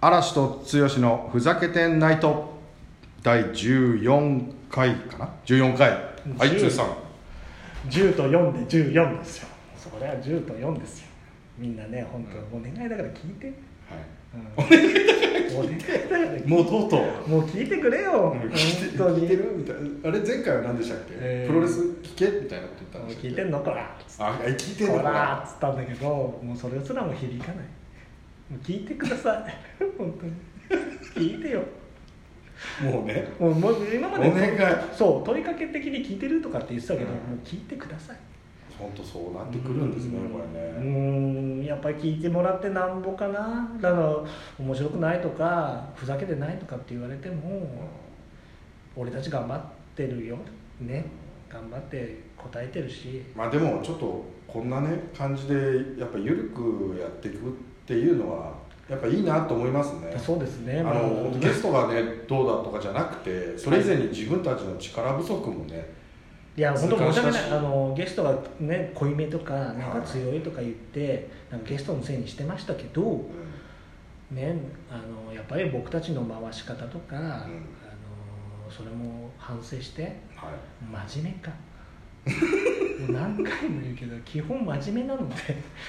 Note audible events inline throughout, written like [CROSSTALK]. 嵐と剛のふざけてんナイト第14回かな14回はい10 2さん10と4で14ですよそれは10と4ですよみんなね本当お願いだから聞いて、 [LAUGHS] お願いお願いだから聞いてもうとうとうもう聞いてくれよ本聞いて当聞いてにるみたいなあれ前回は何でしたっけ、えープロレス聞けみたいなこと言ったんでした聞いってけんのこらあ聞いてんこのからなっつったんだけどもうそれすらも響かないもう聞いてください [LAUGHS] 本当に聞いてよもうねもうもう今までお願いそう問いかけ的に聞いてるとかって言ってたけど、うんもう聞いてください本当そうなってくるんですねこれうねんやっぱり聞いてもらってなんぼかなだから面白くないとかふざけてないとかって言われても俺たち頑張ってるよね頑張って答えてるしまあでもちょっとこんなね感じでやっぱゆるくやっていくっていうのはやっぱいいなと思いますねそうですねあまあのゲストがねどうだとかじゃなくてそれ以前に自分たちの力不足もね、いや本当申し訳難なしいいあのゲストがね濃いめとかなんはかい強いとか言ってなんかゲストのせいにしてましたけどねあのやっぱり僕たちの回し方とか、あのそれも反省してはい真面目かもう何回も言うけど基本真面目なので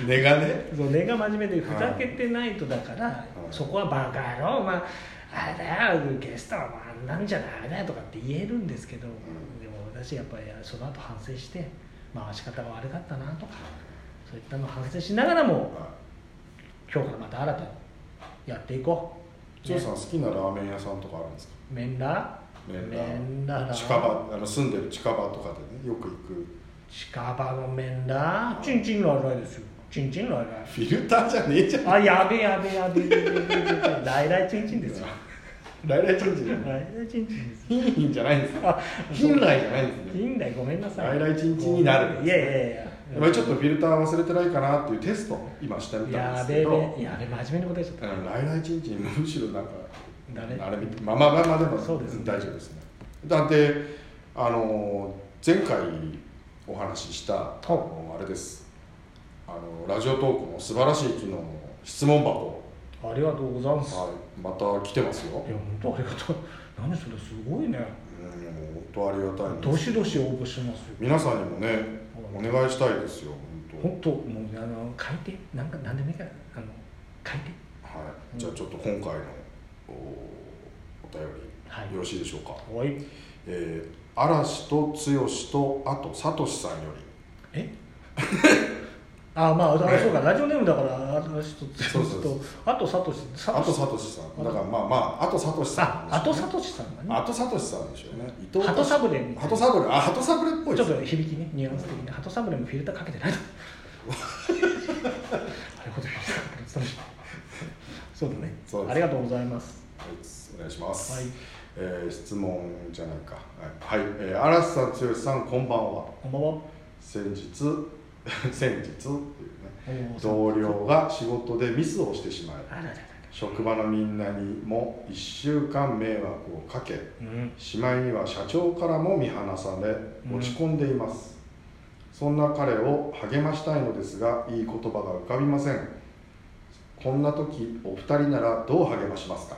根がねそう根が真面目でふざけてないとだから、そこはバカ野郎お前あれだよゲストはあんなんじゃダメだよとかって言えるんですけど、んでも私やっぱりその後反省して回し方が悪かったなとかそういったのを反省しながらも今日からまた新たにやっていこう剛さん好きなラーメン屋さんとかあるんですかメンラ麺ラ近場あの住んでる近場とかでねよく行く近場のメンラチンチンライライですよチンチンライライフィルターじゃねえじゃんあやべえやべえやべえやべえやべえライライチンチンですよ来来チェンジじゃないライライチンチンですよヒンじゃないんですあかヒンライじゃないんですいいねんだよごめんなさ来い来チンチンになるいやいやいややっぱりちょっとフィルター忘れてないかなっていうテスト今してみたんでやすべけえどべえやべえ真面目に答えちゃったうん来来チンチンむしろなんか誰あれ見てまあまあまあまあでもそうですね大丈夫ですねだってあの前回お話ししたあのあれですあのラジオトークの素晴らしい機能の質問箱ありがとうございますいやはいまた来てますよ本当ありがとう何それすごいねうんもう本当ありがたいどですしどし応募してますよ皆さんにもねお願いしたいですよ本本当もうあの書いてなんか何でもいいからあの書いて当はいじゃあちょっと今回のおお便はいりよろしいでしょうか、おいえー嵐と剛とあとさとしさんよりえ [LAUGHS] あまああそうかラジオネームだからあの人とそうそうそうあとサトシサあトとシさとしさんだからまあまああとさとしさあんあとしサトシさんがあねとさとしさんでしょうね伊藤鳩サブレみたいな鳩サブレあ鳩サブレっぽいちでょっすねと響きねニュアンス的に鳩サブレもフィルターかけて [LAUGHS] ないとあれほどそうだねそうですありがとうございますはいお願いします、はいえー質問じゃないかはい、はいえー嵐さん剛さんこんばんはこんばんは先日先日っていうねおー同僚が仕事でミスをしてしまいあらららら職場のみんなにも1週間迷惑をかけうんしまいには社長からも見放され落ち込んでいます、そんな彼を励ましたいのですがいい言葉が浮かびませんこんな時お二人ならどう励ましますか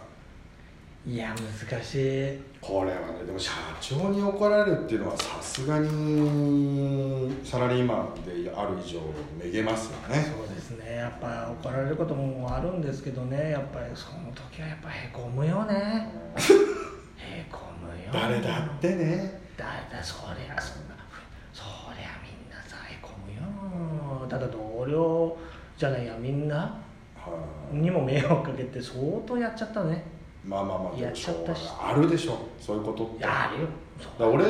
いや難しいこれはねでも社長に怒られるっていうのはさすがにサラリーマンである以上めげますよねそうですねやっぱ怒られることもあるんですけどねやっぱりその時はやっぱへこむよねへこむよ誰だってねだだそりゃそんなそりゃみんなさへこむよただ同僚じゃないやみんなはいにも迷惑かけて相当やっちゃったねまあまあまあでやっもちゃったししょうがないあるでしょそういうことってだかやるよそうら俺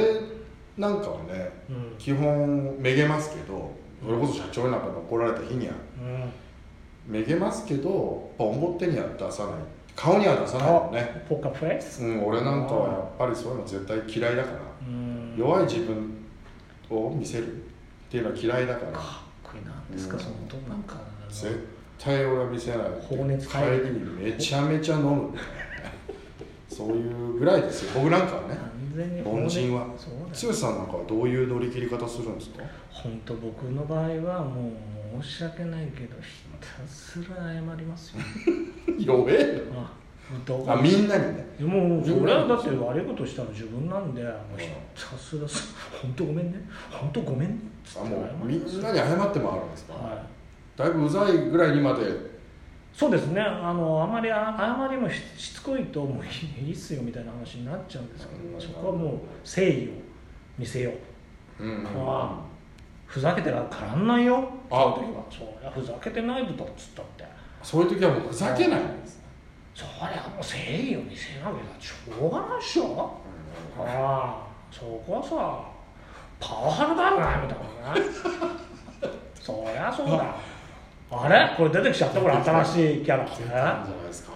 なんかはねうん基本めげますけどそれこそ社長なんかに怒られた日にはうんめげますけどやっぱ表には出さない顔には出さないよねポーカーフェイスうん俺なんかはやっぱりそういうの絶対嫌いだからうん弱い自分を見せるっていうのは嫌いだからかっこいいなんですかうんそのどんなんか絶対俺は見せない放熱帰体力りにめちゃめちゃ飲むそういうぐらいですよ僕なんかはね完全に凡人はそうだよ剛さんなんかはどういう乗り切り方するんですか [LAUGHS] 本当僕の場合はもう申し訳ないけどひたすら謝りますよ弱えあどうあみんなにねでもう俺はだって悪いことしたの自分なんでもうひたすらす「本当ごめんね本当ごめんね」っつあってもう謝るみんなに謝ってもあるんですか、はいだいぶうざいぐらいにまでそうですねあのあまりあ謝りもししつこいともういいいいっすよみたいな話になっちゃうんですけど、うんそこはもう誠意を見せよううんあふざけてらからんないよあその時はそりゃふざけてないとだっつったってそういう時はもうふざけないんですね、そりゃもう誠意を見せなきゃしょうがないっしょああそこはさパワハラだよねみたいなねそりゃそうだあれこれ出てきちゃったこれ新しいキャ出てたんラじゃないですか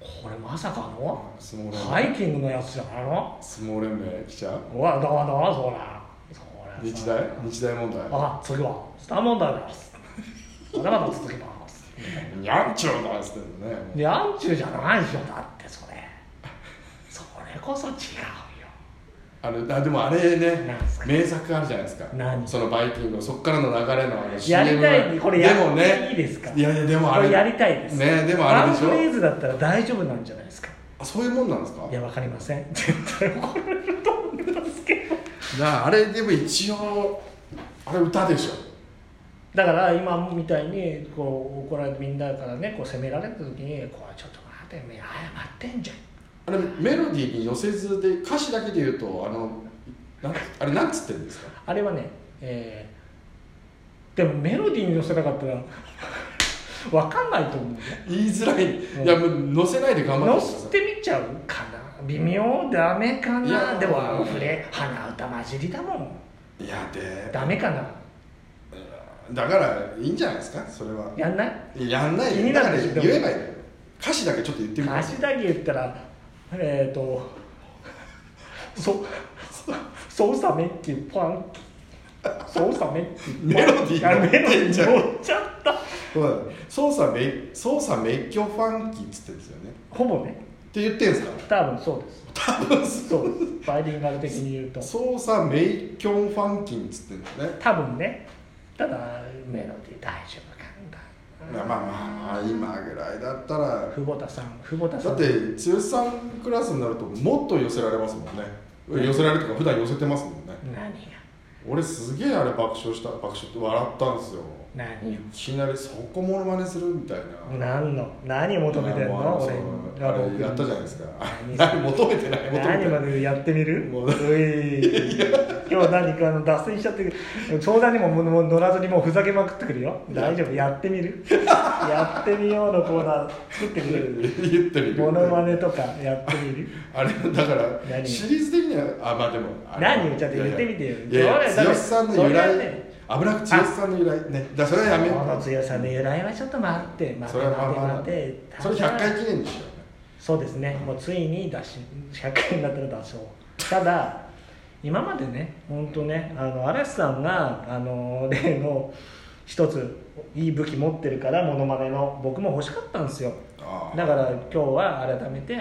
えこれまさかの相撲連盟、ハイキングのやつじゃないの相撲連盟来ちゃううわだわだわそりゃそりゃさ日大日大問題あ次はスター問題ですまだまだ続きますにゃんちゅうだっつってんのねもうニャンチュじゃないよだってそれそれこそ違うよあのあでもあれねなんすか名作あるじゃないですか何そのバイキングのそっからの流れのあの CM やりたいこれやでもねいいですかいやいやでもあこれれやりたいですねでもあワれンでしフょレーズだったら大丈夫なんじゃないですかあそういうもんなんですかいやわかりません [LAUGHS] 絶対怒られると思うんですけどじゃああれでも一応あれ歌でしょだから今みたいにこう怒られてみんなからねこう責められた時にこうちょっと待ってお前謝ってんじゃんあれメロディーに寄せずで歌詞だけで言うとあのなんあれなんつってるんですかあれはね、えーでもメロディーに乗せなかったら [LAUGHS] わかんないと思うよ言いづらういんいやもう載せないで頑張乗ってくださせいてみちゃうかな微妙ダメかいやなでもあのフレ鼻歌混じりだもんいやでダメかなだからいいんじゃないですかそれはやんないやんない気にだなからるでし言ょえばいい歌詞だけちょっと言ってみて歌詞だけ言ったらえっ、ー、とそそうさめっていうパンそうさめっていうパンメロディーあ乗っメロデてィんじゃんー乗っちゃったそう操作め操作めっきょファンキーっつってんですよねほぼねって言ってんすか多分そうです多分そそうですバイリンガル的に言うとう操作めっきょファンキーっつってんだね多分ねただメロディー大丈夫かんまだあまあまあ今ぐらいだったら久保田さん久保田さだっんて剛さんクラスになるともっと寄せられますもんね寄せられるとか普段寄せてますもんね何が俺すげえあれ爆笑した爆笑って笑ったんですよ何よいきなりそこモノマネするみたいな何の何求めてんものう俺そうあれやったじゃないですか何何求めてない求めてない何までやってみるもううい今日何かあの脱線しちゃってる相談にももも乗らずにもうふざけまくってくるよ大丈夫やってみるやってみようのコーナー作ってみる言ってるモノマネとかやってみるあれだから何シリーズ的にはあまあでもあれ何ちょっと言ってみてよいやいやいそれはダや剛メさんの由来それはね危なく剛さんの由来ねだからそれはやめよこのう強さの由来はちょっと待って待そっれてはまあまあ待って待ってそれ100回記念にしよそうですねもうついに出し100回になったら出そうただ今までね本当ねあの嵐さんがあの例の一ついい武器持ってるからモノマネの僕も欲しかったんですようねあだから今日は改めて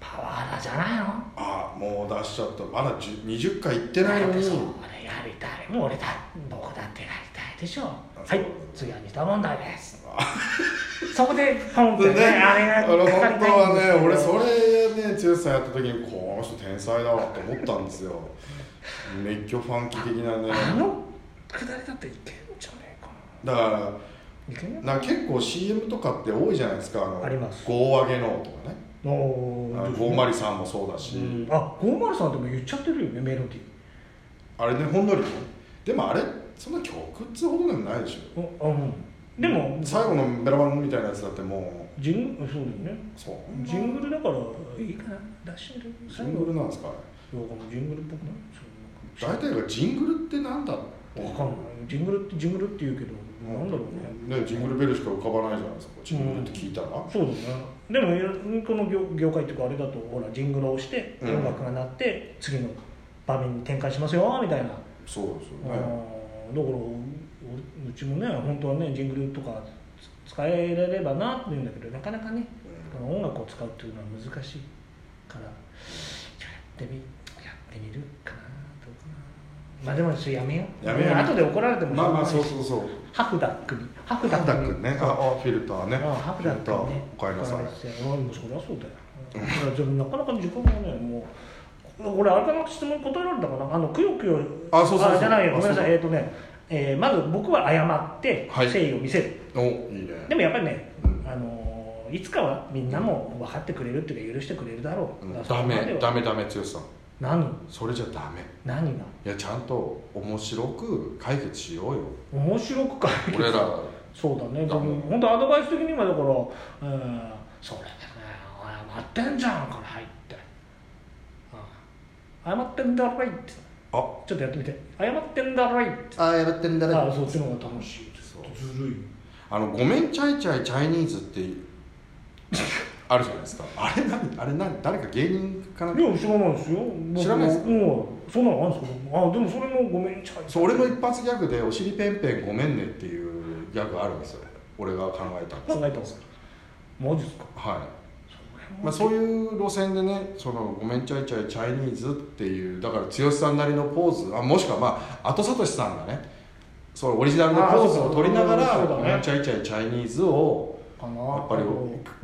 パワハラじゃないのあああもう出しちゃったまだ10 20回行ってないのにそう俺やりたいもう俺だ僕だってやりたいでしょはそうい次は似た問題ですそこで本当で [LAUGHS] にねね、あれあがの本かかり当たいん [LAUGHS] ですけはね、ど俺それね、剛さんやった時にこの人天才だわと思ったんですよ。めっきょファンキー的なね、あのくだりだっていけんじゃねえかだかないけらんなんか結構 CM とかって多いじゃないですか。あのありますゴーアゲノーとかね。のおあのゴーマリさんもそうだし、うんあ503でも言っちゃってるよねメロディあれねほんのりね。でもあれそんな曲っつうほどでもないでしょ。ーおあうんでも最後のベラバンみたいなやつだってもジングそうだよねう、そう。ジングルだからいいかな出してるジングルなんですか。あれ最後いやジングルっぽくないそう大体がジングルってなんだろう。わかんないジングルってジングルって言うけどなんだろうねね、ジングルベルしか浮かばないじゃないですかジングルって聞いたら、そうだねでもいろこの業業界っていうかあれだとほらジングルを押してうん音楽が鳴って次の場面に転換しますよみたいなそうですよあーだねからううちもね本当はねジングルとかつ使えれればなって言うんだけどなかなかねこの音楽を使うっていうのは難しいからやってみやってみるかなどうかなまあでもそれやめようやめよう後で怒られてもまあまあしょそうがないしそうそうハフダックにハフダハッフダクにックねああフィルターねああハフダックにねおかえりなさいお前もそりゃそうだよだからでもなかなか時間がねもう俺あれかな質問答えられたかなあのくよくよあそうそうそうじゃないあよごめんなさそういえっ、とね、えーまず僕は謝ってはい誠意を見せる、おいいねでもやっぱりね、うんあのーいつかはみんなも分かってくれるっていうか許してくれるだろう、うんだかダらそこまでメはダメダメ剛さん何それじゃダメ何がいやちゃんと面白く解決し [LAUGHS] ようよ面白くか俺らそうだねでだも本当アドバイス的にはだからうんそれでね謝ってんじゃんこれ入ってうん謝ってんだろいってあちょっとやってみて謝ってんだろいってあやってんだああそっちの方が楽しいそうずるいあの「ごめんチャイチャイチャイニーズ」って [LAUGHS] あるじゃないですかあれ何あれ何誰か芸人かなんかいや知らないですよ僕知らないですかうんそんなのあるんですかあでもそれもごめんちゃいそう俺の一発ギャグで「お尻ペンペンごめんね」っていうギャグがあるんですよ俺が考えたんです考えたんですよマジですかはいそれまもあ、そういう路線でね「そのごめんちゃいちゃいチャイニーズ」っていうだから剛さんなりのポーズあもしくはまあ後聡さんがねそのオリジナルのポーズを取りながあら「そうそうそうだごねめんちゃいちゃいチャイニーズ」をかなややっぱり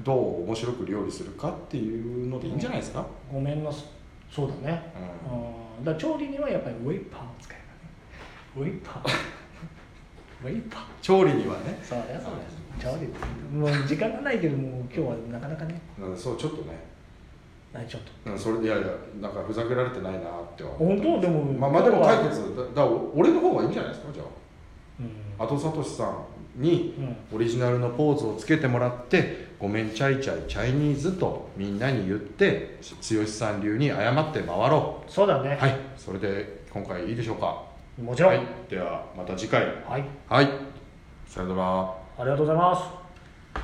どう面白く料理するかっていうのでいいんじゃないですか、ごめんなさいそうだねうんうんだから調理にはやっぱりウェイパーを使えばねウェイパーウェイパー調理にはねそうだよそうだよ調理もう時間がないけどもう今日はなかなかねうんそうちょっとねないちょっとうんそれでいやいやなんかふざけられてないなっては本当でもまあまあでもやっぱ解決だだから俺の方がいいんじゃないですかじゃうんあ後聡さんにうんオリジナルのポーズをつけてもらって「ごめんチャイチャイチャイニーズ」とみんなに言って剛さん流に謝って回ろそうだうねはいそれで今回いいでしょうかもちろんははいいではまた次回ありはいさよならがとうございます